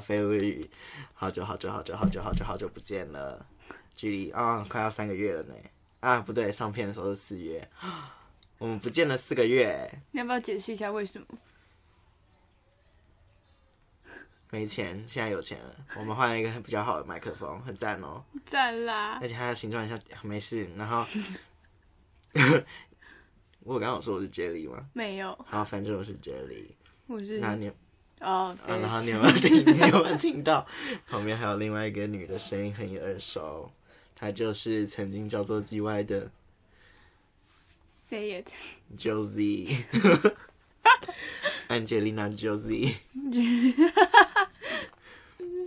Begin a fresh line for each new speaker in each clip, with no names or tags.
菲律，好久好久好久好久好久好久不见了，距离啊、快要三个月了呢。啊，不对，上片的时候是四月，我们不见了四个月，
你要不要解释一下为什么？
没钱，现在有钱了，我们换了一个比较好的麦克风，很赞哦。
赞啦！
而且它的形状很像，没事。然后 我刚刚有说我是杰里吗？
没有，
好，反正我是杰里。
我是
那你
哦，
啊，
对
然后你有
不
没有听？ 你有没有听到旁边还有另外一个女的声音很耳熟？她就是曾经叫做 GY 的
起 say it，
Josie，安吉丽娜 Josie，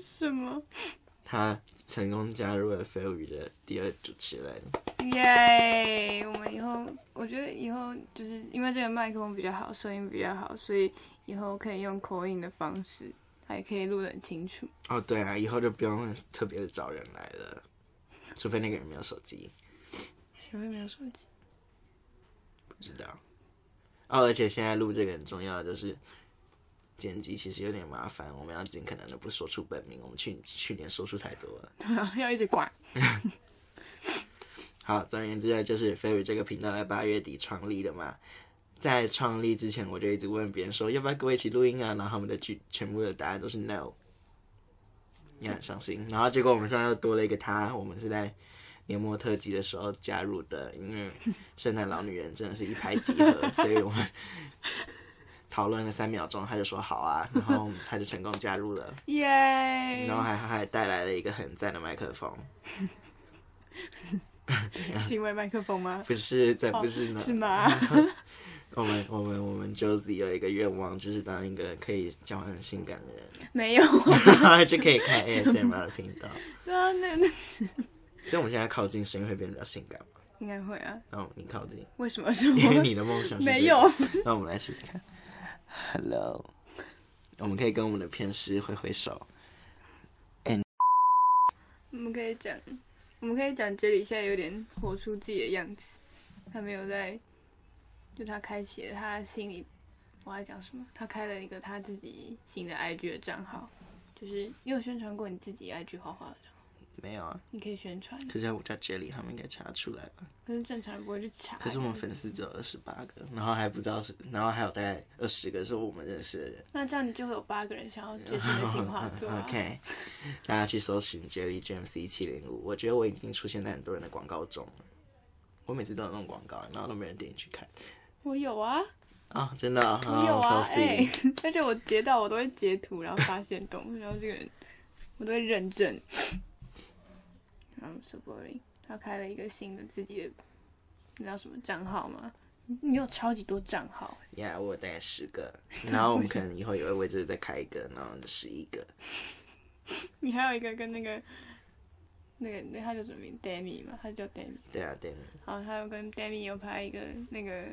什么？
她成功加入了飞鱼的第二主持人。
耶！我们以后，我觉得以后就是因为这个麦克风比较好，声音比较好，所以以后可以用口音的方式，还可以录得很清楚。
哦，对啊，以后就不用特别的找人来了，除非那个人没有手机，
谁会没有手 机？
不知道。哦，而且现在录这个很重要，就是剪辑其实有点麻烦，我们要尽可能的不说出本名，我们去去年说出太多了。
要一直管。
好，总而言之呢，就是飞宇这个频道在八月底创立的嘛。在创立之前，我就一直问别人说要不要跟我一起录音啊，然后他们的句全部的答案都是 no，你很伤心。然后结果我们现在又多了一个他，我们是在年末特辑的时候加入的，因为圣诞老女人真的是一拍即合，所以我们讨论了三秒钟，他就说好啊，然后他就成功加入了，
耶！
然后还还带来了一个很赞的麦克风，
是因为麦克风吗？哦
不是，再不是呢？
是吗？
我们我们我们 Josie 有一个愿望，就是当一个可以讲话很性感的人，
没 有。
然 后就可以开 ASMR 的频道。
对啊，那那
所以我们现在靠近声音会变得比较性感嘛？
应该会啊。
那我们你靠近，
为什么 是
因为
我？
你的梦想是、
没有。。
那我们来试试看。Hello，我们可以跟我们的片师挥挥手。
我们可以讲，我们可以讲杰里现在有点活出自己的样子，他没有在，就他开启了他心里，我还讲什么？他开了一个他自己新的 IG 的账号，就是你有宣传过你自己 IG 画画的账号，
没有啊，
你可以宣传，
可是我叫 Jelly，他们应该查出来吧？
可是正常人不会去查。
可是我们粉丝只有二十八个，然后还不知道是，然后还有大概二十个是我们认识的人。
那这样你就会有八个人想要接 触你的新画作、啊。
OK，大家去搜寻 Jerry James 一七零五，我觉得我已经出现在很多人的广告中了。我每次都有弄广告，然后都没人点进去看
我有啊，
啊、真的啊、
我有啊，
s o
哎、
silly。
而且我截到我都会截图，然后发现动， 然后这个人我都会认证。 然后 so boring，他开了一个新的自己的，你知道什么账号吗？你有超级多账号，
Yeah，我有大概十个，然后我们可能以后也会为这个再开一个，然后十一个。
你还有一个跟那个那个那他叫什么名？Demi 嘛，他叫 Demi。
对啊，对啊。
然后他又跟 Demi 又拍一个那个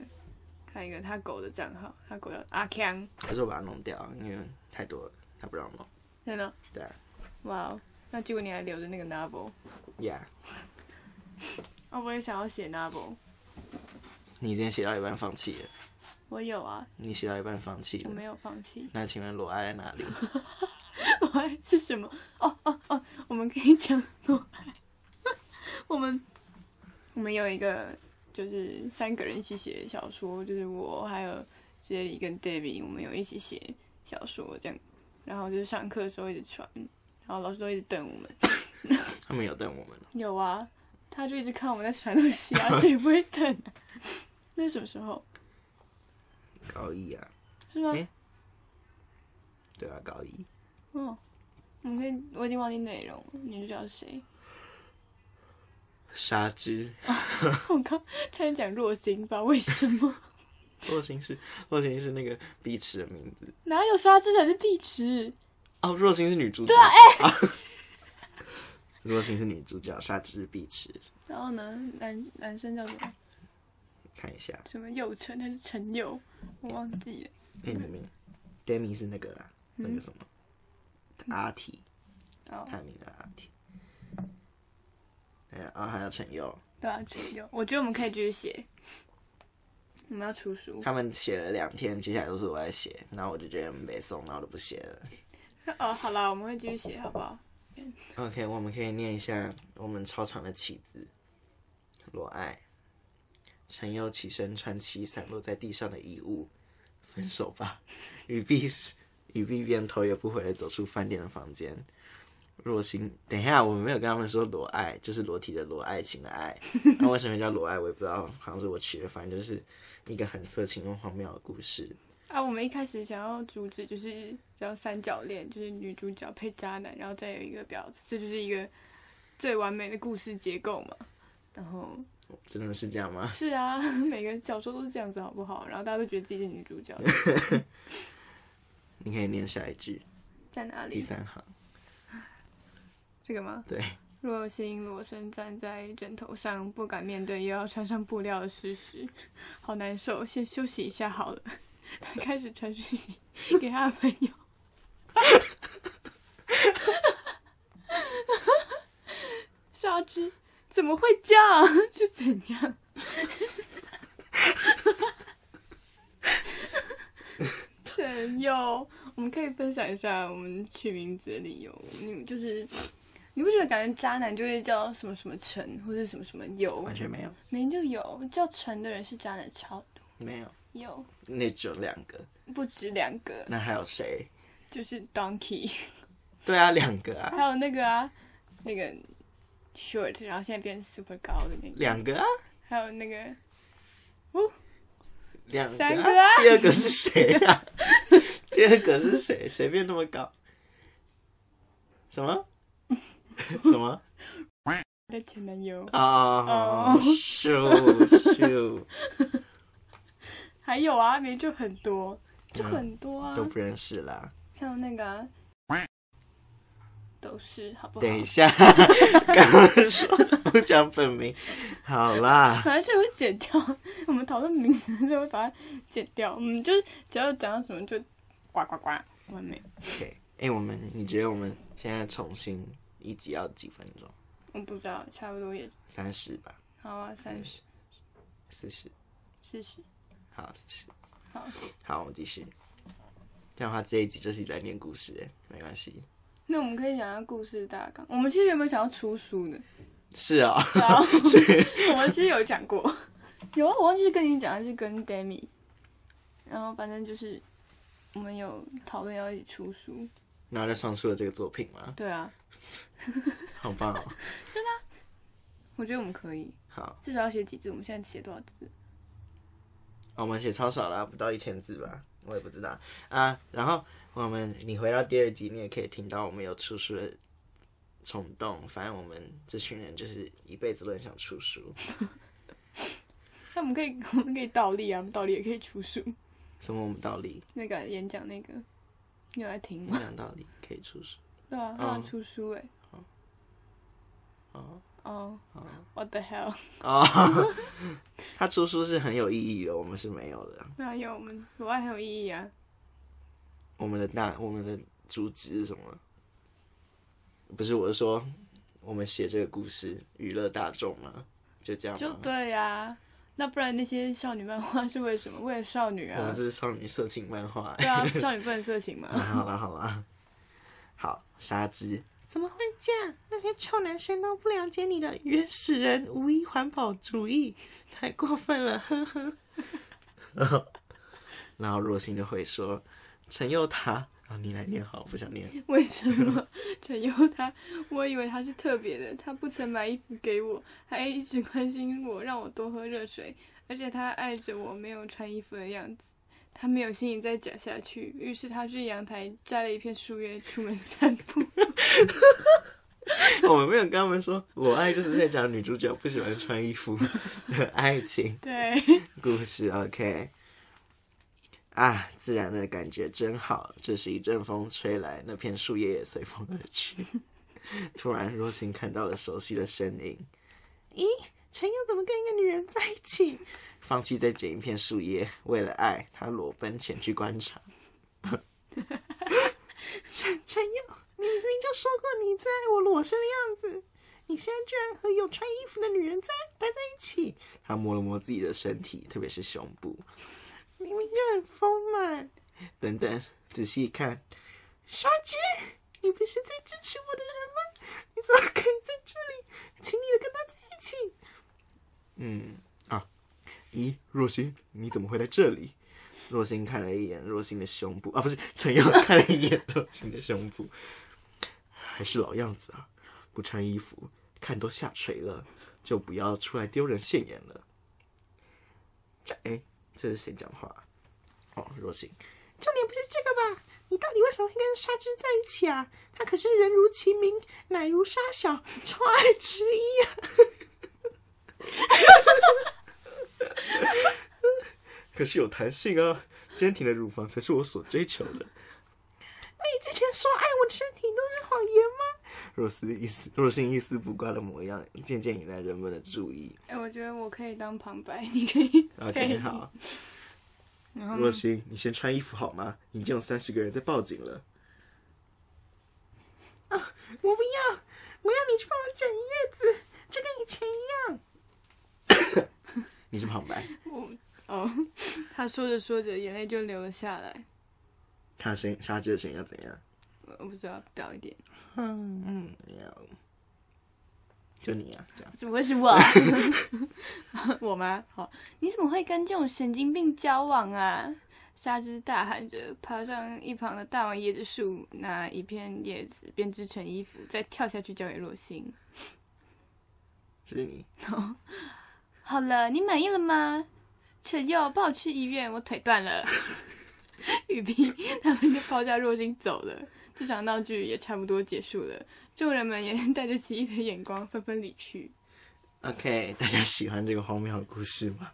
开一个他狗的账号，他狗叫阿强，
可是我把它弄掉，因为太多了，他不让我弄。
真的。
对啊
哇哦，那结果你还留着那个 novel，
Yeah，
哦，我也想要写 novel，
你今天写到一半放弃了，
我有啊，
你写到一半放弃
我
了。
没有放 弃。
那请问罗爱在哪里？
我爱是什么？哦哦哦，我们可以讲我爱。我们我们有一个就是三个人一起写的小说，就是我还有杰里跟 David，我们有一起写小说这样。然后就是上课的时候一直传，然后老师都一直瞪我们。
他们有等我们了。哦
有啊，他就一直看我们在传东西啊，谁不会瞪、啊？那是什么时候？
高一啊，
是吗？
诶对啊，高一。
嗯，我们可以，我已经忘记内容了，女主角是谁？
沙之。
我刚差点讲若心，不知道为什么。
洛星是洛星是那个碧池的名字
哪有沙之才是碧池？
哦，若星是女主角。对，哎、 若星是女主角，沙之是碧池。
然后呢，男男生叫什么？
看一下，
什么佑成还是陈佑？我忘记了。
哎、你们 Demi 是那个啦，那个什么阿提，
哦，
他名叫阿提。哎呀，啊，还有陈佑，
对啊，陈佑。我觉得我们可以继续写。我们要出书，
他们写了两天，接下来都是我在写，然后我就觉得很没送，然后我就不写了。
哦，好啦，我们会继续写，好不好？
OK，我们可以念一下我们操场的旗子：罗爱、陈佑起身穿起散落在地上的衣物，分手吧。雨碧雨碧边头也不回的走出饭店的房间。若心，等一下，我没有跟他们说罗爱，就是裸体的裸，爱情的 爱。那为什么叫罗爱，我也不知道，好像是我取的，反正就是一个很色情又荒谬的故事。
啊，我们一开始想要阻止，就是叫三角恋，就是女主角配渣男，然后再有一个婊子，这就是一个最完美的故事结构嘛。然后
真的是这样吗？
是啊， 每个小说都是这样子，好不好？然后大家都觉得自己是女主角，
你可以念下一句，
在哪
第
里？
三行。
这个吗？
对，
若心裸身站在枕头上，不敢面对又要穿上布料的事实，好难受。先休息一下好了。 他开始传讯息给他的朋友，沙之怎么会这样？是怎样？ 陈佑，我们可以分享一下我们取名字的理由。你们就是，你不觉得感觉渣男就会叫什么什么陈，或是什么什么佑
完？全没有，
明明就有叫陈的人是渣男超多，
没有，
有
那只有两个。
不止两个，
那还有谁？
就是 Donkey，
对啊，两个啊，
还有那个啊，那个 Short，然后现在变 Super 高的那个，
两个啊，
还有那个
两个、
三个啊
第二个是谁啊？第二个是谁？谁变那么高？什么？什么？
的前男友，
哦
哦，
咻咻，
还有啊，明明就很多，就很多啊，
嗯都不认识啦。
还有那个啊、都是好不好？
等一下， 刚刚说不讲本名，好啦，
反正是会剪掉， 我们讨论名字的时候会把它剪掉。我们就是只要讲到什么就呱呱呱，完美。
哎、我们你觉得我们现在重新一集要几分钟？
我不知道，差不多也
三十吧，
好啊，三十、
四十。
四十。
好，是
好，
好，我们继续。这样的话，这一集就是在念故事，哎没关系。
那我们可以讲一下故事大纲。我们其实原本想要出书的，
是哦，
然后 我们其实有讲过，有啊，我忘记是跟你讲还是跟 Demi，然后反正就是我们有讨论要一起出书，
然后就创出了这个作品嘛，
对啊，
好棒哦。
我觉得我们可以，
好，
至少要写几字。我们现在写多少字？
我们写超少啦，不到一千字吧，我也不知道啊。然后我们你回到第二集，你也可以听到我们有出书的冲动。反正我们这群人就是一辈子都很想出书，
那我们可以， 我们可以倒立啊，我们倒立也可以出书。
什么我们道 理，
那个演讲那个，你有在听
你
吗？
讲道理可以出书
对啊，他要出书哎、
哦
哦、w h a t the hell？
哦。 他出书是很有意义的，我们是没有的。
那有我们国外很有意义啊。
我们的大我们的主旨是什么？不是，我是说我们写这个故事娱乐大众吗？就这样
就
吗？
对呀、那不然那些少女漫画是为什么？为了少女
我
啊
们，这是少女色情漫画、啊
对啊，少女不能色情嘛。
好啦好啦，好杀之。怎么会这样？那些臭男生都不了解你的原始人无一环保主义，太过分了，呵呵。 然后若心就会说：“陈佑他，啊，你来念好，我不想念。
为什么陈佑他？我以为他是特别的，他不曾买衣服给我，还一直关心我，让我多喝热水，而且他爱着我没有穿衣服的样子。他没有心情再假下去，于是他去阳台摘了一片树叶出门散步。
我们没有跟他们说，我爱就是在讲女主角不喜欢穿衣服 的爱情
对，
故事。OK，啊，自然的感觉真好。这时一阵风吹来，那片树叶也随风而去。 突然，若心看到了熟悉的身影。咦，陈佑怎么跟一个女人在一起？放弃再捡一片树叶，为了爱，他裸奔前去观察。 陈陈佑，你明明就说过你最爱我裸身的样子，你现在居然和有穿衣服的女人在待在一起。他摸了摸自己的身体，特别是胸部，明明就很丰满。等等，仔细看，沙织，你不是最支持我的人吗？你怎么可以在这里？请你跟他在一起。”嗯啊，咦，若曦，你怎么会在这里？若曦看了一眼若曦的胸部啊，不是陈瑶看了一眼若曦的胸部，还是老样子啊，不穿衣服，看都下垂了，就不要出来丢人现眼了。这哎、这是谁讲话、啊？哦，若曦，重点不是这个吧？你到底为什么会跟沙织在一起啊？他可是人如其名，奶如沙小，超爱之一啊！ 可是有弹性啊，坚挺的乳房才是我所追求的。那你之前说爱我的身体都是谎言吗？若思一丝若心一丝不挂的模样，渐渐引来人们的注意。
哎、我觉得我可以当旁白，你可以配
OK，
音
好，
然后
若心，你先穿衣服好吗？已经有三十个人在报警了。啊，我不要，我要你去帮我剪叶子，这跟以前一样。你是旁白，
我哦， 他说着说着眼泪就流了下来，
看声音杀鸡的声音要怎样？
我呃我不知道表一点，
嗯嗯，要就你啊，这样
怎么会是 我？我吗？好，你怎么会跟这种神经病交往啊？沙之大喊着，爬上一旁的大碗椰子树，拿一片叶子编织成衣服，再跳下去交给若星。
是你。
好了，你满意了吗？扯佑，抱我去医院，我腿断 了。雨碧他们就抛下若星走了，这场闹剧也差不多结束了。众人们也带着奇异的眼光纷纷离去。
OK，大家喜欢这个荒谬的故事吗？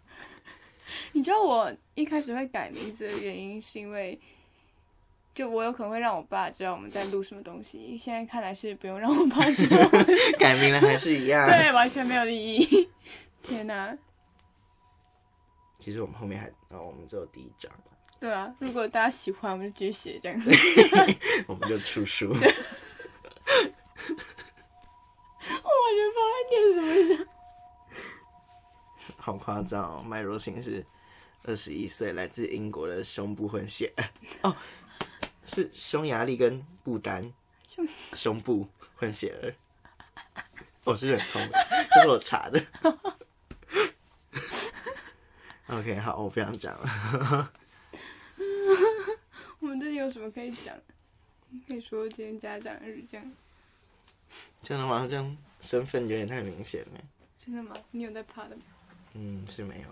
你知道我一开始会改名字的原因，是因为就我有可能会让我爸知道我们在录什么东西。现在看来是不用让我爸知道，
改名了还是一样。
对，完全没有意义。天哪、
其实我们后面还，哦，我们只有第一章，
对啊，如果大家喜欢，我们就继续写这样。
我们就出书。
我完全不知道在念什么。
好夸张哦！麦若欣是二十一岁，来自英国的胸部混 血哦，是匈牙利跟不丹
匈
胸部混血儿。我、是很聪明，这是我查 的。OK，好，我不想讲了。
我们这里有什么可以讲？可以说今天家长日这样，
真的吗？这样身份有点太明显了。
真的吗？你有在怕的吗？
嗯，是没有。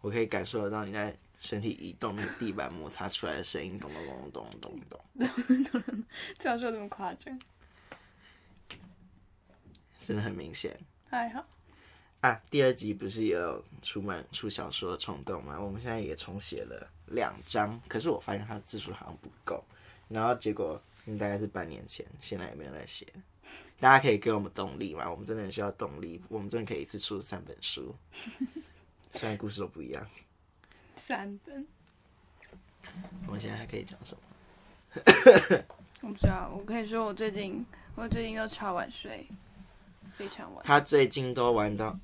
我可以感受得到你在身体移动，那个地板摩擦出来的声音，咚咚咚咚咚咚。
这样说这么夸张，
真的很明显
还好。
啊！第二集不是也有出漫出小说的冲动吗？我们现在也重写了两章，可是我发现它的字数好像不够，然后结果嗯大概是半年前，现在也没有在写。大家可以给我们动力嘛？我们真的很需要动力，我们真的可以一次出三本书， 虽然故事都不一样。
三分，
我们现在还可以讲什么？
我不知道。我可以说我最近，我最近都超晚睡，非常晚。
他最近都玩到，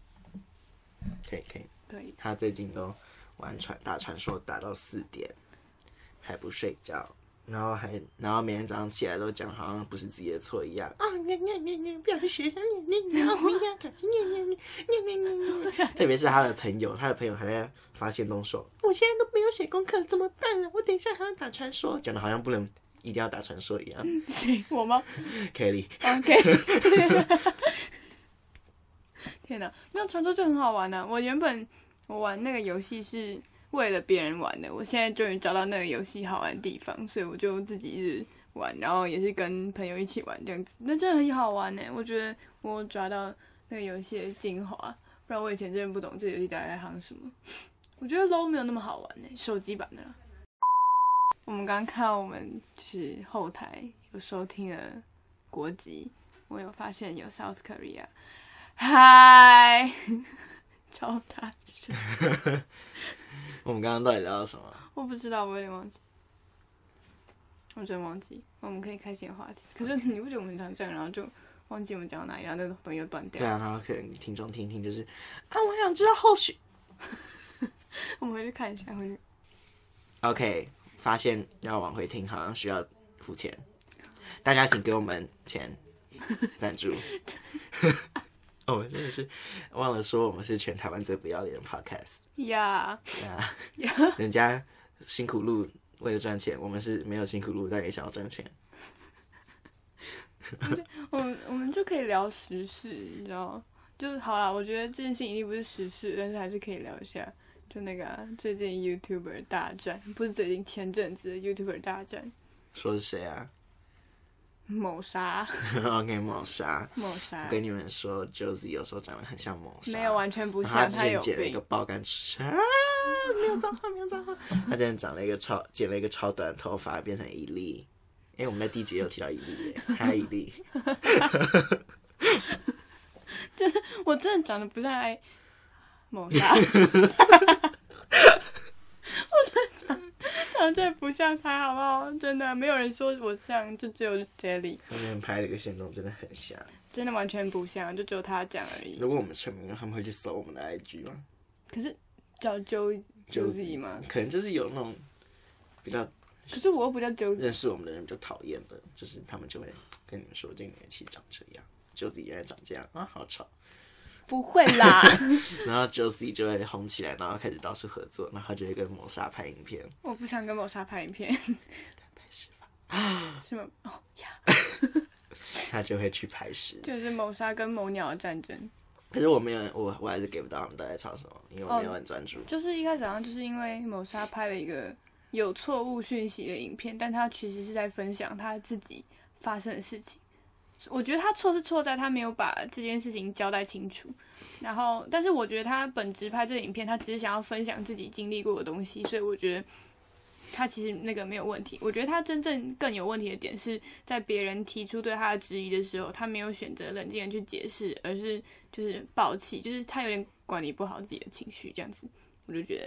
可以可以，
可以，
他最近都玩传打传说打到四点，还不睡觉，然后还然后每天早上起来都讲好像不是自己的错一样啊，念念念念，不要学生念念，然后明天考试念念念念念念念，特别是他的朋友，他的朋友还在发现东说，我现在都没有写功课，怎么办啊呢？我等一下还要打传说，讲的好像不能一定要打传说一样。
谁我吗
Kelly，
？OK。天哪，没有传说就很好玩呢、啊我原本我玩那个游戏是为了别人玩的，我现在终于找到那个游戏好玩的地方，所以我就自己一直玩，然后也是跟朋友一起玩这样子，那真的很好玩呢、我觉得我抓到那个游戏的精华，不然我以前真的不懂这个游戏大概在行什么。我觉得 LO 没有那么好玩呢、欸手机版的啦。我们刚刚看到我们就是后台有收听了国籍，我有发现有 South Korea，嗨， 超大声，
我们刚刚到底聊到什么？
我不知道，我有点忘记，我真忘记。我们可以开新的话题，可是你不觉得我们常这样，然后就忘记我们讲到哪里，然后那个东西又断掉
对，啊，然后可能听众听听就是啊，我想知道后续。
我们回去看一下，回去。
OK，发现要往回听，好像需要付钱。大家请给我们钱赞助。哦，我真的是忘了说，我们是全台湾最不要脸的 podcast
呀，
啊！人家辛苦录为了赚钱，我们是没有辛苦录，但也想要赚钱。
我们我们就可以聊时事，你知道吗？就是好啦，我觉得这件事情一定不是时事，但是还是可以聊一下。就那个啊、最近 YouTuber 大战，不是最近前阵子的 YouTuber 大战，
说是谁啊
谋杀，
？OK，谋杀。
谋杀
我，跟你们说，Josie 有时候长得很像谋杀，
没有完全不
然后他
像，
之
他
前
有
剪了一个
病。
爆肝吃啊，没有脏话，没有脏话。他之前长了一个超剪了一个超短的头发，变成一粒。哎、我们在第一集也有提到一粒耶，还有一粒。
我真的长得不像爱谋 杀，我真的长长得真的不像他，好不好？真的没有人说我像，就只有 Jelly，
他之前拍了一个线动，真的很像。
真的完全不像，就只有他讲而已。
如果我们成名了，他们会去搜我们的 IG 吗？
可是叫 Jo Josie 吗？
可能就是有那种比较
可是我又不叫 Josie，
认识我们的人比较讨厌的，就是他们就会跟你们说这个人其实长这样。Josie 原来长这样啊，好吵！
不会啦，
然后 Josie 就会红起来，然后开始到处合作，然后他就会跟谋杀拍影片。
我不想跟谋杀拍 影片，
拍视 频
是吗？哦呀，
他就会去拍食。
就是谋杀跟某鸟的战争。
可是我没有，我我还是给不到他们到底在唱什么，因为我没有很专注。
就是一开始好像就是因为某莎拍了一个有错误讯息的影片，但她其实是在分享她自己发生的事情。我觉得她错是错在她没有把这件事情交代清楚，然后，但是我觉得她本职拍这个影片，她只是想要分享自己经历过的东西，所以我觉得她其实那个没有问题。我觉得她真正更有问题的点是在别人提出对她的质疑的时候，她没有选择冷静的去解释，而是就是暴气，就是她有点管理不好自己的情绪这样子。我就觉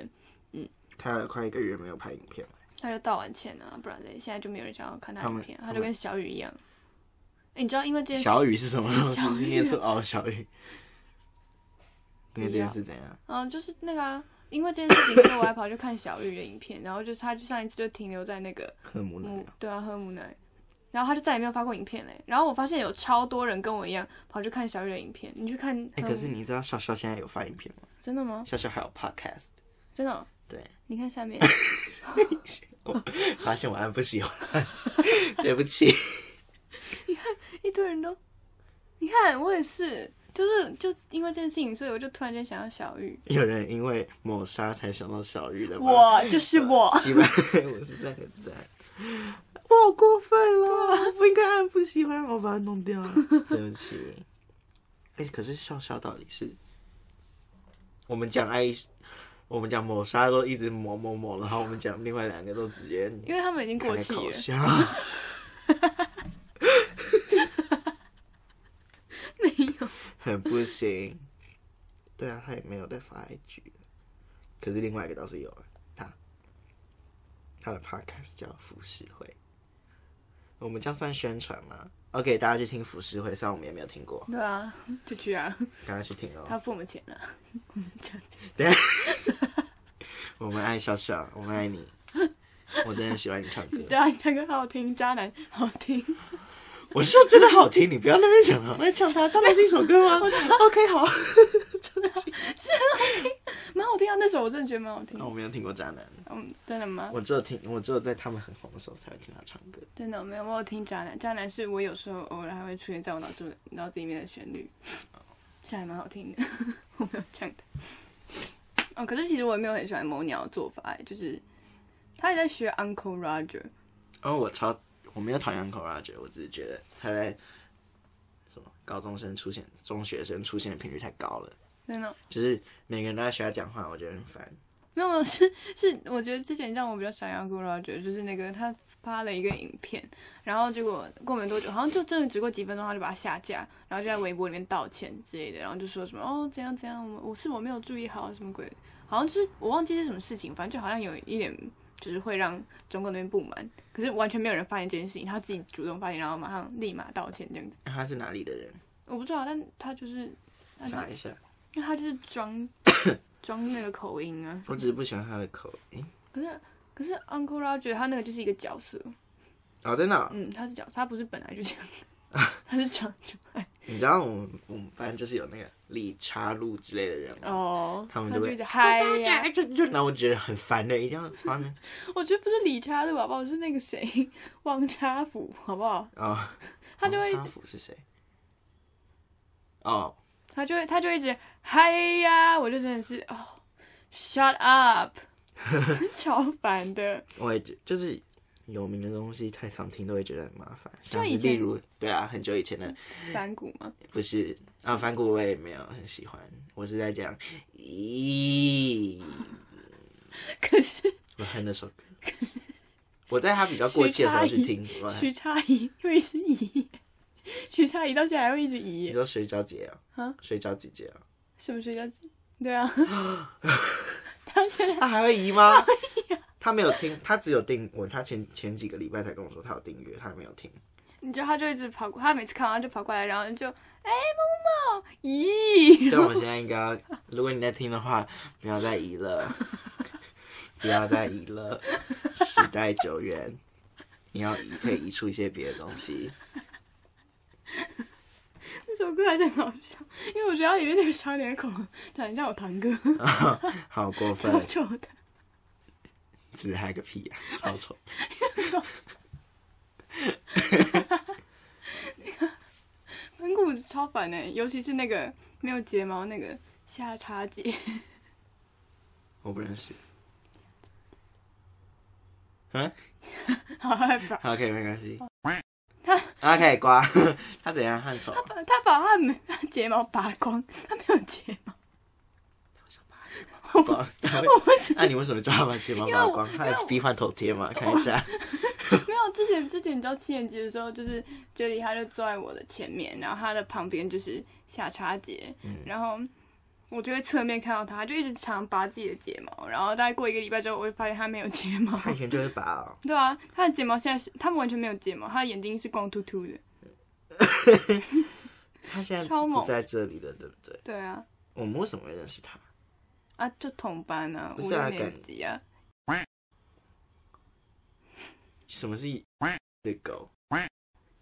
得
他有快一个月没有拍影片了，
他就道完歉啊，不然嘞，现在就没有人想要看他
他
影
们
片，
他
他就跟小雨一样。哎，你知道因为这件事
小雨是什么东西
小？雨啊
念错哦，小雨。
不
因
要
为这件事怎样？
嗯，就是那个、啊，因为这件事情，所以我还跑去看小雨的影片，然后就是他就上一次就停留在那个
喝母奶
母
啊，
对啊喝母奶，然后他就再也没有发过影片嘞。然后我发现有超多人跟我一样跑去看小雨的影片，你去看
哎、
喝
可是
母
你知道笑笑现在有发影片吗？
真的吗？
笑笑还有 podcast，
真的哦、
对，
你看下面，
发现我按不喜欢， 对不起。
一堆人都，你看我也是，就是就因为这件事情，所以我就突然间想要小雨，
有人因为抹杀才想到小雨的吗？
我就是我。
七百五十三个赞，我好过分了！我不应该按不喜欢，我把它弄掉了，对不起。哎、可是笑笑到底是，我们讲爱，我们讲抹杀都一直抹抹抹，然后我们讲另外两个都直接
因为他们已经过
开
气
口
了，
笑，
没有。
很不行。对啊，他也没有在发 IG，可是另外一个倒是有了，他他的 podcast 叫浮世会，我们这样算宣传吗？OK，大家去听浮世会，虽然我们也没有听过，
对啊，就去啊，
赶快去听哦。
他付我们钱啊。
我们爱笑笑，我们爱 你，我真的喜欢你唱歌。
对啊，你唱歌好好听，渣男好听。
我说真的好听，你不要在那边讲了，那唱他，唱的是一首歌吗？OK，好，真的是。
蛮好听啊，那首我真的觉得蛮好听
那。我没有听过渣男，
嗯，真的吗？
哦我只有听，我只有在他们很红的时候才会听他唱歌。
真的没有，我有听渣男，渣男是我有时候偶尔还会出现在我脑子里脑子里面的旋律，是还蛮好听的， 我没有唱的。哦，可是其实我也没有很喜欢某鸟的做法、欸，就是他也在学 Uncle Roger，
然后哦我超，我没有讨厌
嗯
Uncle Roger，我只是觉得他在什么高中生出现、中学生出现的频率太高了，
真的
就是每个人都在学他讲话，我觉得很烦。
没有没有，是是，我觉得之前让我比较想要 g o r 就是那个他发了一个影片，然后结果过没多久，好像就真的只过几分钟，他就把它下架，然后就在微博里面道歉之类的，然后就说什么哦怎样怎样，我我是我没有注意好什么鬼的，好像就是我忘记是什么事情，反正就好像有一点就是会让中国那边不满，可是完全没有人发现这件事情，他自己主动发现，然后马上立马道歉这样子，
他是哪里的人？
我不知道，但他就是他就
查一下。
因为他就是装装那个口音啊，
我只是不喜欢他的口音。
可是可是 Uncle Roger 他那个就是一个角色，
哦，真的哦、
嗯，他是角色，他不是本来就这 样，他是长出来
你知道我们我们班就是有那个李插路之类的人嘛，
哦，
他们
就
就
一
会
直嗨
这
呀。
这就让我觉得很烦的，一定要发生
我觉得不是理查的宝宝，是那个谁，王查甫，好不好？
哦。
他就会
王昌甫是谁？哦，
他就会他就一直嗨呀，我就真的是哦，shut up，超烦的。
我也觉就是有名的东西太常听都会觉得很麻烦，
就
像是
以前
例如对啊，很久以前的
反骨嘛，
不是啊，反骨我也没有很喜欢，我是在讲咦，
可是
我恨那首 歌。我在他比较过气的时候去听，我
徐差怡又一直移，徐差怡到现在还会一直
你
移，
说水饺姐啊
啊，
水饺姐姐啊，
什么睡觉？对啊， 他现在
他还会移吗？他没有听，他只有订我，他前前几个礼拜才跟我说他有订阅，他还没有听。
你知道他就一直跑过，他每次看到他就跑过来，然后就哎某某某，咦，
所以我们现在应该要，如果你在听的话，不要再移了，不要再移了，时代久远，你要移可以移出一些别的东西。
这首歌还在搞笑，因为我觉得它里面那个小脸孔长得像我堂哥，
好过分
超，丑的。
自嗨个屁呀、超丑。
反骨超烦哎、尤其是那个没有睫毛那个下叉姐，
我不认识。嗯
好害怕。
，OK，没关系。
他
OK，瓜，他怎样？他很丑。
把他把他眉他睫毛拔光，他没有睫毛，
我
我不知
啊那你为什么叫他把睫毛拔光？
因为我
他 FB 换头贴吗？看一 下。
没有，之前之前你知道七年级的时候，就是杰里他就坐在我的前面，然后他的旁边就是下叉姐，
嗯
然后我就会侧面看到他，他就一直常拔自己的睫毛，然后大概过一个礼拜之后，我就发现他没有睫毛。
他以前就会拔哦。
对啊，他的睫毛现在是，他们完全没有睫毛，他的眼睛是光秃秃的。
他现在
超猛
不在这里了，对不对？
对啊，
我们为什么会认识他？
啊，就同班啊，
不
五
是啊
六
感
年级啊，
什么是的狗？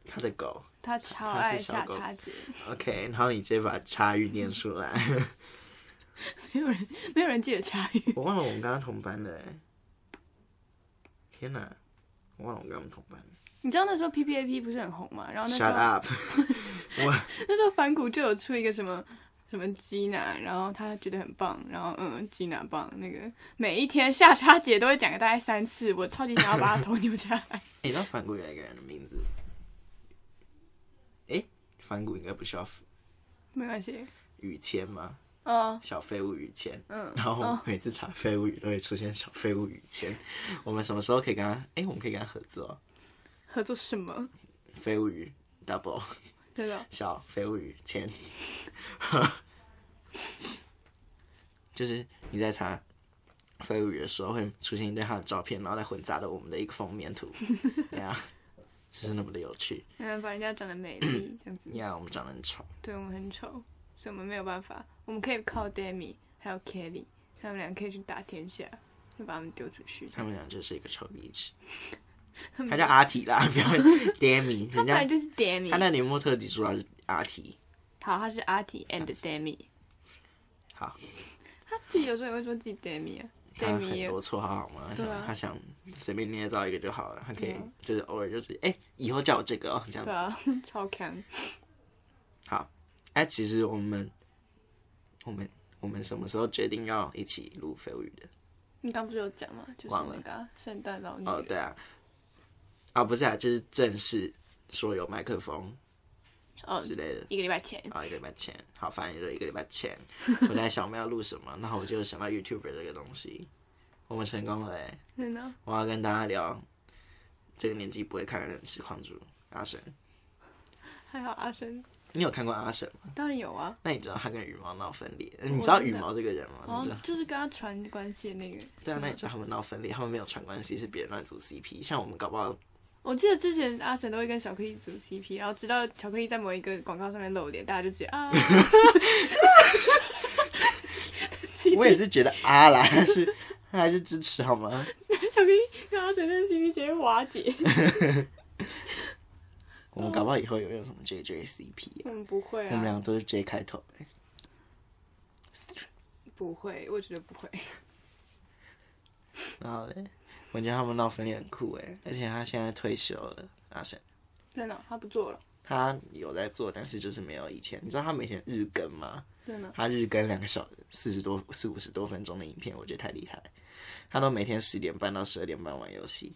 他的狗。
他超
他
爱
是小
下
狗
叉姐，
OK，然后你直接把茶语念出来。
没有人没有人记得叉鱼，
我忘了我们跟他同班的欸。天哪，我忘了我跟他们同班。
你知道那时候 P P A P 不是很红嘛？哦然后那时
Shut
候
up！
那时候反骨就有出一个什么什么吉娜，然后他觉得很棒，然后嗯吉娜棒，那个每一天下叉姐都会讲个大概三次，我超级想要把她头 扭下来。
你知道反骨有一个人的名字？诶，反骨应该不需要
没关系，
雨谦吗？
哦，
小废物雨谦。
嗯，
然后我们
哦，
每次查废物语都会出现小废物雨谦。我们什么时候可以跟他？诶，我们可以跟他合作哦。
合作什么？
废物语 double。
真的
小飞物语前，就是你在查飞物语的时候，会出现一堆他的照片，然后再混杂了我们的一个封面图，对啊，就是那么的有趣。
嗯，把人家长得美丽这样子，
你看我们长得很丑，
对我们很丑，所以我们没有办法，我们可以靠 Demi 还有 Kelly，他们俩可以去打天下，就把他们丢出去。
他们俩就是一个臭鼻子。
他们
他叫阿提啦， 不要 Demi，
他
人
本来
家
就是
他
Demi，
那年末特辑主要是阿提，
好，他是阿 T and Demi，
好，
他自己有时候也会说自己 Demi 啊
他很
，Demi 也
多绰号好吗？
对啊
他想随便捏造一个就好了，他可以
对啊
就是偶尔就是哎、以后叫我这个哦，这样子
对。啊，超强。
哎、其实我们，我们，我们什么时候决定要一起录飞鱼的？
你刚不是有讲吗？就是
忘了
那个啊圣诞老女人
哦，对啊，啊，不是啊，就是正式说有麦克风
哦
之类的。
一个礼拜前，
啊，一个礼拜前，好，反正就一个礼拜前，我在想我们要录什么，然后我就想到 YouTuber 这个东西，我们成功了哎、
真的
我要跟大家聊这个年纪不会看的人是矿主阿神，
还好阿生，
你有看过阿神吗？
当然有啊。
那你知道他跟羽毛闹分裂？呃
我
你知道
知
羽
道
毛这个人吗？
好
你知道
像？就是跟他传关系的那个，
对啊，那你知道他们闹分裂，他们没有传关系，是别人乱组 CP。像我们搞不 好，
我记得之前阿神都会跟巧克力组 CP，然后直到巧克力在某一个广告上面露脸，大家就觉得 啊，
我也
CP 嗯
是觉得啊啦，但是还是支持好吗？
小 P 看到水象星 p 直接瓦解。
我们搞不好以后有没有什么 JJCP？、
我们不会
我们
啊，
俩都是 J 开头的、
不会，我觉得不会。
然后嘞，我觉得他们闹分裂很酷哎，而且他现在退休了，阿神。
真的，他不做了，
他有在做，但是就是没有以前。你知道他每天日更吗？
真的。
他日更两个小时，四十多、四五十多分钟的影片，我觉得太厉害了。他都每天十点半到十二点半玩游戏。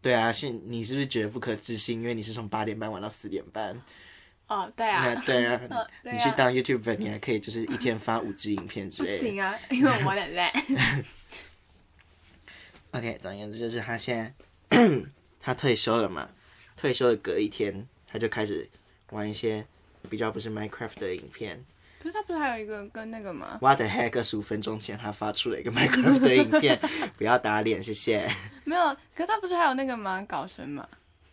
对啊，是你是不是觉得不可置信？因为你是从八点半玩到四点半。
啊，对
那
啊，
对啊，
呃 对啊
你去当 YouTuber，你还可以就是一天发五支影片之
不
类的。
行啊，因为我玩很 烂。啊
OK，总而言之就是他现在 他退休了嘛，退休的隔一天他就开始玩一些比较不是 Minecraft 的影片。
可是他不是还有一个跟那个吗？
What the heck？十五分钟前他发出了一个 Minecraft 的影 片，不要打脸，谢谢。
没有，可是他不是还有那个吗？搞神马，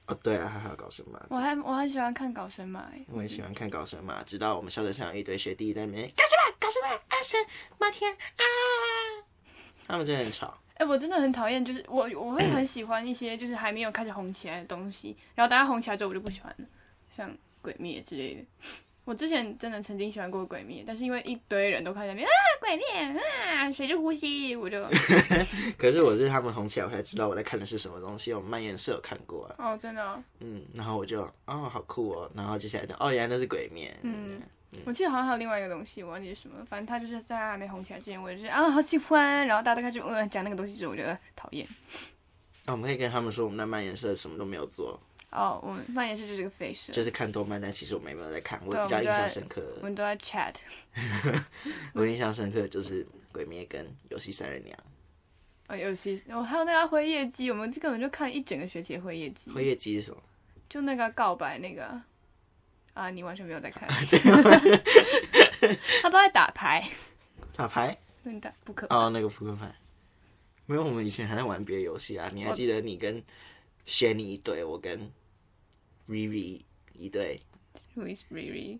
哦，对啊，他还要搞什么？
我还我很喜欢看搞神马、欸。
我也喜欢看搞神马，直到我们校车上有一堆学弟在那
嗯
边搞什么搞什么，阿神妈天啊！他们真的很吵。
哎、我真的很讨厌，就是我我会很喜欢一些就是还没有开始红起来的东西，然后大家红起来之后我就不喜欢了，像《鬼灭》之类的。 我之前真的曾经喜欢过《鬼灭》，但是因为一堆人都开始在那边啊《鬼灭》啊水之呼吸，我就
可是我是他们红起来，我才知道我在看的是什么东西。我们漫研社有看过啊。
哦真的哦、
嗯，然后我就哦，好酷哦，然后接下来就哦，原来那是鬼面，嗯，
我记得好像还有另外一个东西，我忘记是什么，反正他就是在他还没红起来之前，我就是啊好喜欢，然后大家都开始嗯讲那个东西之后，我就呃讨厌。
那、哦我们可以跟他们说，我们在漫研社什么都没有做，
哦，我们扮演是就是个 face，
就是看动漫，但其实我们也没有在看。我
对
比较
我们
印
就在
象深刻，
我们都在 chat。
我印象深刻就是鬼灭跟游戏三人娘，
哦，有些我、还有那个啊灰夜姬，我们这根本就看一整个学期的灰夜姬。
辉夜姬是什么？
就那个告白那个啊，你完全没有 在看，他都在打牌，
打牌
真的不可。
哦，那个扑克牌。没有，我们以前还在玩别的游戏啊。你还
我
记得你跟 Shanny 一对，我跟 Vivi 一对，
Who is really？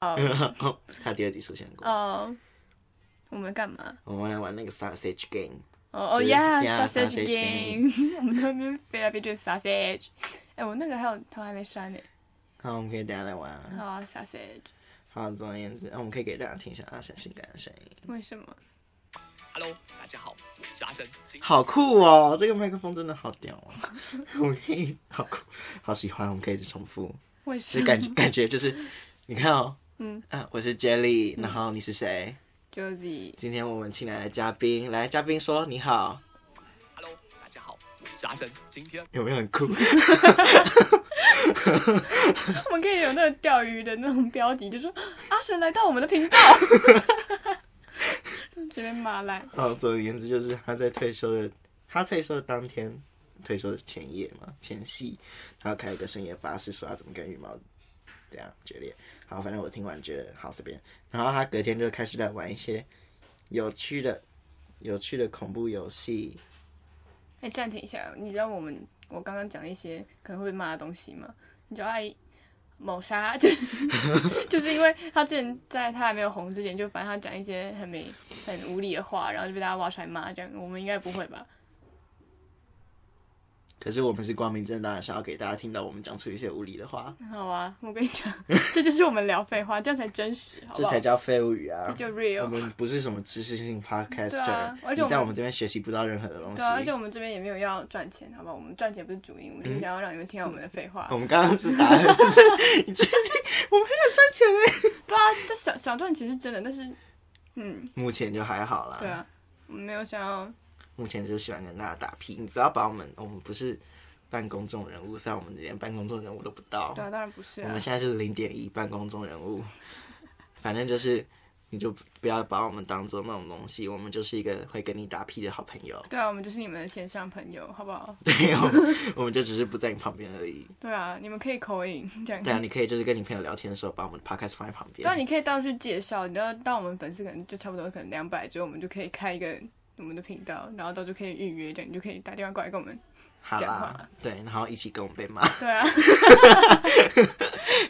哦
哦， 他第二集出现过。
哦，我们干嘛？
我们来玩那个 Sausage Game。
哦哦
就是，yeah，
，Yeah，sausage
sausage
game，我们 在那边飞来飞去 sausage。哎，我那个还有头还没删呢。
好，我们可以等一下来玩啊。
好啊，sausage，
好，总而言之，啊那我们可以给大家听一下阿神性感的声音，
为什么？
Hello，大家好，我是阿生。今
好酷哦！这个麦克风真的好屌哦， 我们可以好酷，好喜欢，我们可以一直重复，
为
就
什
是
么？
感觉感觉就是，你看哦，
嗯
啊，我是 Jelly，然后你是谁？
，Josie，
今天我们请来的嘉宾，来嘉宾说你好，
Hello，大家好，我是阿生。今天
有没有很 酷？
我们可以有那个钓鱼的那种标题，就说阿神来到我们 的频道， 直接骂烂。
好，哦总而言之就是他在退休的，他退休的当天，退休的前夜嘛，前夕，他要开一个深夜巴士，说他怎么跟羽毛这样决裂。好，反正我听完觉得好随便。然后他隔天就开始在玩一些有趣的、有趣的恐怖游戏。
哎，暂停一下，你知道我们我刚刚讲了一些可能会被骂的东西吗？你知道爱谋杀，就是就是因 为他之前在他还没有红之前，就反正他讲一些很没很无理的话，然后就被大家挖出来骂，这样我们应该不会吧？
可是我们是光明正大的，想要给大家听到我们讲出一些无理的话，
好啊，我跟你讲， 这就是我们聊废话，这样才真实，好
这
不好
才？叫废物语啊！
就
我
real。
们不是什么知识性 podcaster，、
对啊而且我们
你在我们这边学习不到任何的东西。
对啊，而且我们这边也没有要赚钱，好不好？我们赚钱不是主因，
嗯
我们就是想要让你们听到我们的废话。
我们刚刚是 打，你确定？我们很想赚钱嘞。
对啊，这想想赚钱是真的，但是，嗯，
目前就还好啦，
对啊，
嗯
我们没有想要
目前就喜欢跟大家打屁。你只要把我们，我们不是办公众人物，虽然我们连办公众人物都不到，
对啊，当然不是
我
啊
们。现在是零点一办公众人物，反正就是你就不要把我们当做那种东西，我们就是一个会跟你打屁的好朋友。
对啊，我们就是你们的线上朋友，好不好？
对，我们我们就只是不在你旁边而已。
对啊，你们可以口音 这样。
对啊，你可以就是跟你朋友聊天的时候，把我们的 podcast 放在旁边
嗯对啊，。你可以到处介绍，你知道，到我们粉丝可能就差不多，可能两百之后，我们就可以开一个我们的频道，然后到处可以预约，这样你就可以打电话过来跟我们。
好
讲话
啦，对，然后一起跟我们被骂。
对啊，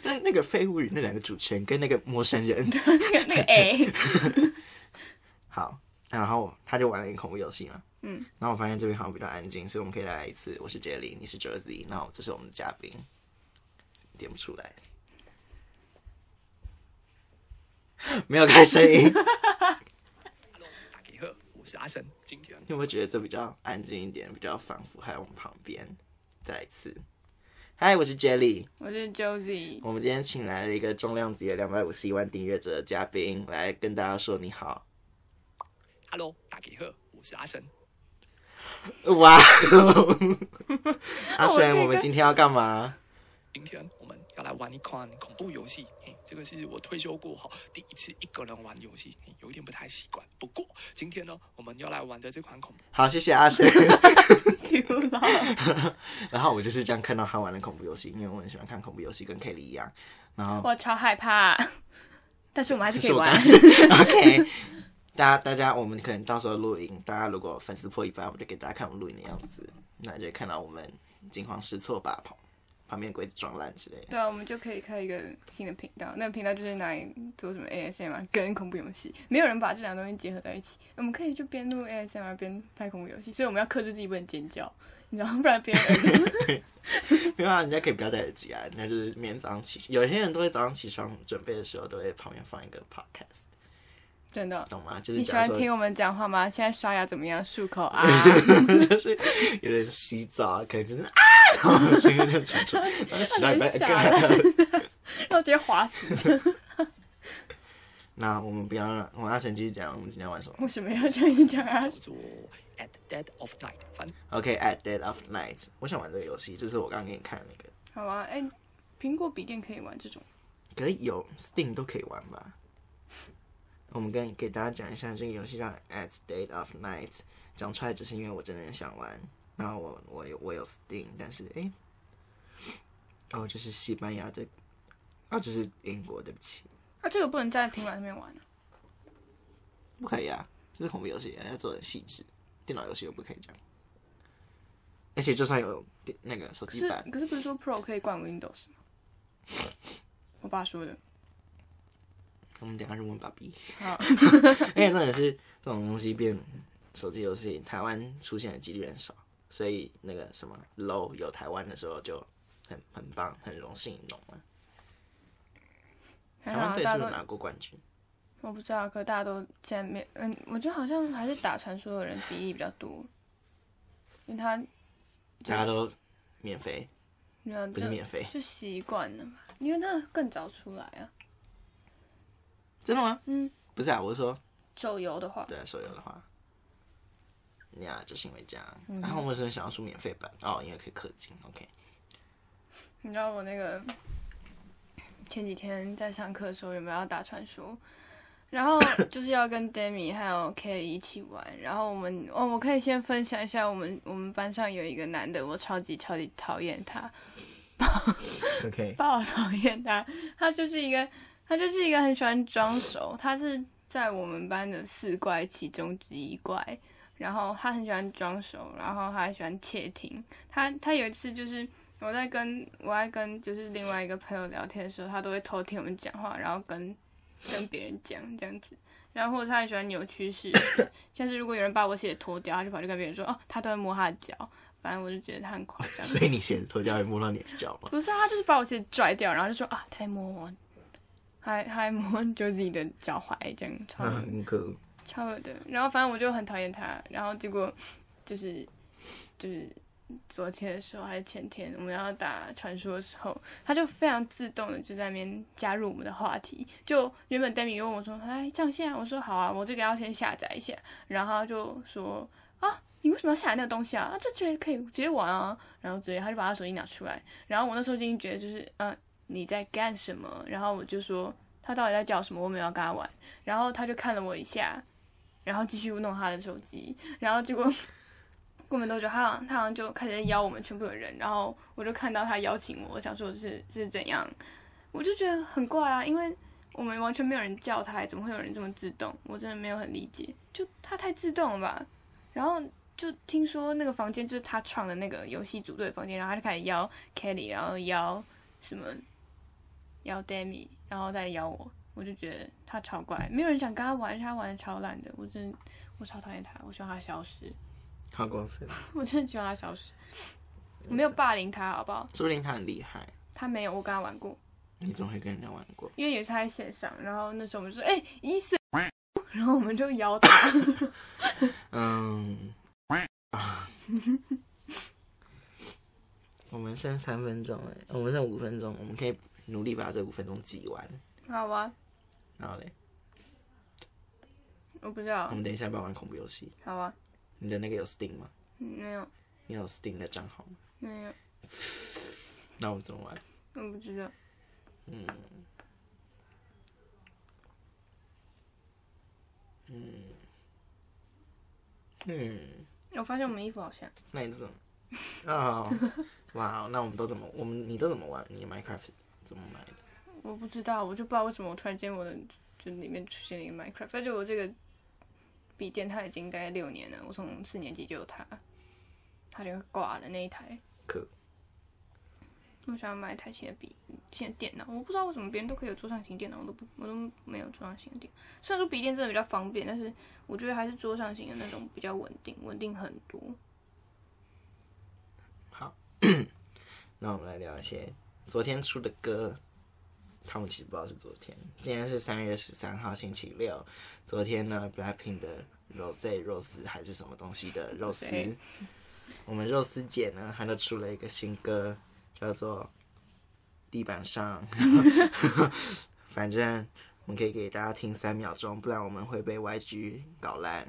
那那个废物语 那两个主持人跟那个陌生人，
那个那个 A，
好，然后他就玩了一个恐怖游戏嘛。
嗯。
然后我发现这边好像比较安静，所以我们可以再来一次。我是 Jelly，你是 Jersey，然后这是我们的嘉宾，点不出来， 没有开声音。
Hello，大家好，我是阿神，今天
你有没有觉得这比较安静一点，比较仿佛还在我们旁边？再来一次。嗨，我是 Jelly。
我是 Josie，
我们今天请来了一个重量级的两百五十一万订阅者的嘉宾，来跟大家说你好。
Hello，大家好，我是阿神。
哇哦！阿神，
我
我们今天要干嘛？
今天我们要来玩一款恐怖游戏，嘿，这个是我退休过后第一次一个人玩游戏，嘿有一点不太习惯。不过今天呢，我们要来玩的这款恐怖，
好，谢谢阿神。
丢了，
然后我就是这样看到他玩的恐怖游戏，因为我很喜欢看恐怖游戏，跟 Kelly 一样。然后
我超害怕，但是我们还是可以
我
玩
刚。OK，大家大家，我们可能到时候录影，大家如果粉丝破一百，我就给大家看我们录影的样子，那就看到我们惊慌失措吧，旁旁边柜子撞烂之类的。
对啊，我们就可以开一个新的频道，那个频道就是拿来做什么 ASMR 跟恐怖游戏，没有人把这两个东西结合在一起。我们可以就边录 ASMR 边拍恐怖游戏，所以我们要克制自己不能尖叫，你知道，不然别人耳朵
没有啊，人家可以不要戴耳机啊，人家就是每天早上起，有些人都会早上起床准备的时候，都会旁边放一个 podcast，
真的。
懂吗？ 就是
你喜
假
欢
如说
听我们讲话吗？现在刷牙怎么样？漱口 啊，
就是有人洗澡啊，可能就是啊，然后声音就传出来，然后洗到一半
傻
干
到直接滑死这样。
那我们不要让我们阿成继续讲，我们今天玩什么
为什么要这样讲啊
叫？做 At Dead of Night，反正
？OK，at、dead of night，我想玩这个游戏，这是我刚刚给你看的那个，
好啊，哎、苹果笔电可以玩这种。
可以有 Steam 都可以玩吧？我们跟给大家讲一下这个游戏叫 at dead of night，讲出来只是因为我真的很想玩，然后我我有我有 Steam，但是诶，哦，这是西班牙的，哦，这是英国，对不起，
啊，这个不能在平板上面玩啊。
不可以啊，这是恐怖游戏，人家做的很细致，电脑游戏又不可以这样。而且就算有电那个手
可
机
是
版，
可是不是说 Pro 可以灌 Windows 吗？我爸说的。
我们等一下就问爸比。
好，
而且重点是这种东西变手机游戏，台湾出现的几率很少，所以那个什么 low 有台湾的时候就很很棒，很荣幸，你懂吗？
还
台
嗯好
湾
啊
队
大
是
家
不
都
是拿过冠军？
我不知道，可大家都现在没嗯，我觉得好像还是打传说的人比例比较多，因为他
大家都免费，
你知道
不是
就
免费，
就习惯了嘛，因为那更早出来啊。
真的吗？
嗯，
不是啊，我是说
手游的话，
对啊手游的话，呀、就是因为这样，然后我们是想要出免费版哦，因为可以氪金，OK。
你知道我那个前几天在上课的时候有没有要打传说？然 后就是要跟 Demi 还有 K 一起玩，然后我们哦，我可以先分享一下我们我们班上有一个男的，我超级超级讨厌他，
OK，
爆讨厌他，他就是一个他就是一个很喜欢装熟，他是在我们班的四怪其中之一怪，然后他很喜欢装熟，然后他还喜欢窃听，他他有一次就是呃我在跟我在跟就是另外一个朋友聊天的时候，他都会偷听我们讲话，然后跟跟别人讲这样子。然后或者他很喜欢扭曲事实， 像是如果有人把我鞋脱掉，他就跑去跟别人说哦，他都会摸他的脚。反正我就觉得他很夸 张。
所以你先脱掉会摸到你的脚吗？
不是啊，他就是把我鞋拽掉，然后就说啊，太摸我，还还摸就自己的脚踝，这样 超、
啊， 很可恶。
超恶的。然后反正我就很讨厌他，然后结果就是就是昨天的时候还是前天，我们要打传说的时候，他就非常自动的就在那边加入我们的话题。就原本 Demi 问我说，哎，这样现在我说好啊，我这个要先下载一下，然后他就说啊。你为什么要下载那个东西啊？啊，这直接可以直接玩啊！然后直接他就把他手机拿出来，然后我那时候已经觉得就是，嗯，你在干什么？然后我就说他到底在叫什么？我没有要跟他玩。然后他就看了我一下，然后继续弄他的手机，然后结果过没多久，他好像他好像就开始邀我们全部的人，然后我就看到他邀请我，我想说是是怎样，我就觉得很怪啊，因为我们完全没有人叫他，怎么会有人这么自动？我真的没有很理解，就他太自动了吧。然后就听说那个房间就是他创的那个游戏组队的房间，然后他就开始邀 Kelly，然后邀什么邀 Demi，然后再邀我，我就觉得他超怪，没有人想跟他玩，他玩的超烂的，我真的我超讨厌他，我希望他消失，
好过分，
我真的希望他消失。我没有霸凌他，好不好？
说不定他很厉害。
他没有，我跟他玩过，
你总会跟人家玩过，
因为有一次他在线上，然后那时候我们就说，哎、医生，然后我们就邀他，
嗯，我们剩三分钟了，我们剩五分钟，我们可以努力把这五分钟挤完。
好吧？
然后嘞，
我不知
我
道，
们等一下不要玩恐怖游戏。
好吧？
你的那个有 Steam 吗？
没有，
你有 Steam 的账号吗？
没有，
那我怎么玩？
我不知道。
嗯，嗯，嗯，
我发现我们衣服好像，
那你怎么？哦，哇，那我们都怎么？我们你都怎么玩？你的 Minecraft 怎么买的？
我不知道，我就不知道为什么我突然间我的就里面出现了一个 Minecraft，而且我这个笔电它已经大概六年了，我从四年级就有它，它就挂了那一台。
可
我想要买一台新的笔，新的电脑。我不知道为什么别人都可以有桌上型电脑，我都不，我都没有桌上型的电脑。虽然说笔电真的比较方便，但是我觉得还是桌上型的那种比较稳定，稳定很多。
好， 那我们来聊一些昨天出的歌。他们其实不知道是昨天，今天是三月十三号，星期六。昨天呢，BLACKPINK 的 Rose Rose 还是什么东西的肉丝
Rosé，
我们肉丝姐呢，她就出了一个新歌，叫做《地板上》。 反正我们可以给大家听三秒钟，不然我们会被 YG 搞烂。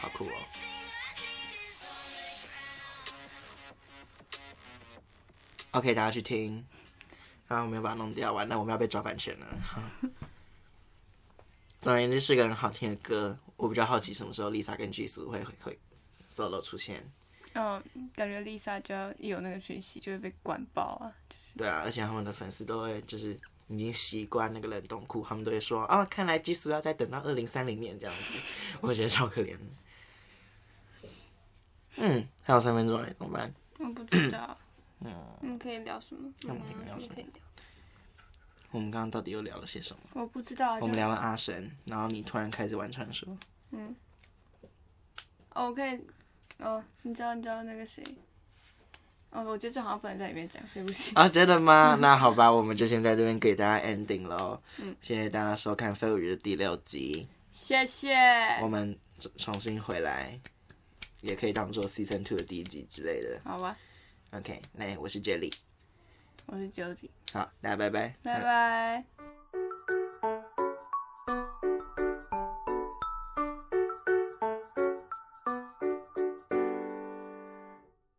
好酷哦！OK，大家去听。啊，我们要把它弄掉，完了我们要被抓版权了。好总而言之，是个很好听的歌。我比较好奇什么时候 Lisa 跟 Jisoo 会会会 solo 出现。
嗯，感觉 Lisa 只要一有那个讯息就会被管爆啊！
对啊，而且他们的粉丝都会就是已经习惯那个冷冻库，他们都会说啊、看来 Jisoo 要再等到二零三零年这样子，我觉得超可怜的。嗯，还有三分钟哎，怎么办？
我不知 道，
嗯，
你们可以聊什么？
那我们可以聊什么
可以聊。
我们刚刚到底又聊了些什么？
我不知道啊，
我们
就
聊了阿神，然后你突然开始玩传说，
嗯。哦，我可以，哦，你知道你知道那个谁？哦，我觉得这好像不能在里面讲，是 不是？
啊，真的吗？那好吧，我们就先在这边给大家 ending 喽。谢谢大家收看《飞舞鱼》的第六集，
谢谢。
我们重重新回来，也可以当做 season two 的第一集之类的。
好吧，
OK，那我是 Jelly，
我是 Jody，
好，大家拜拜，
拜拜。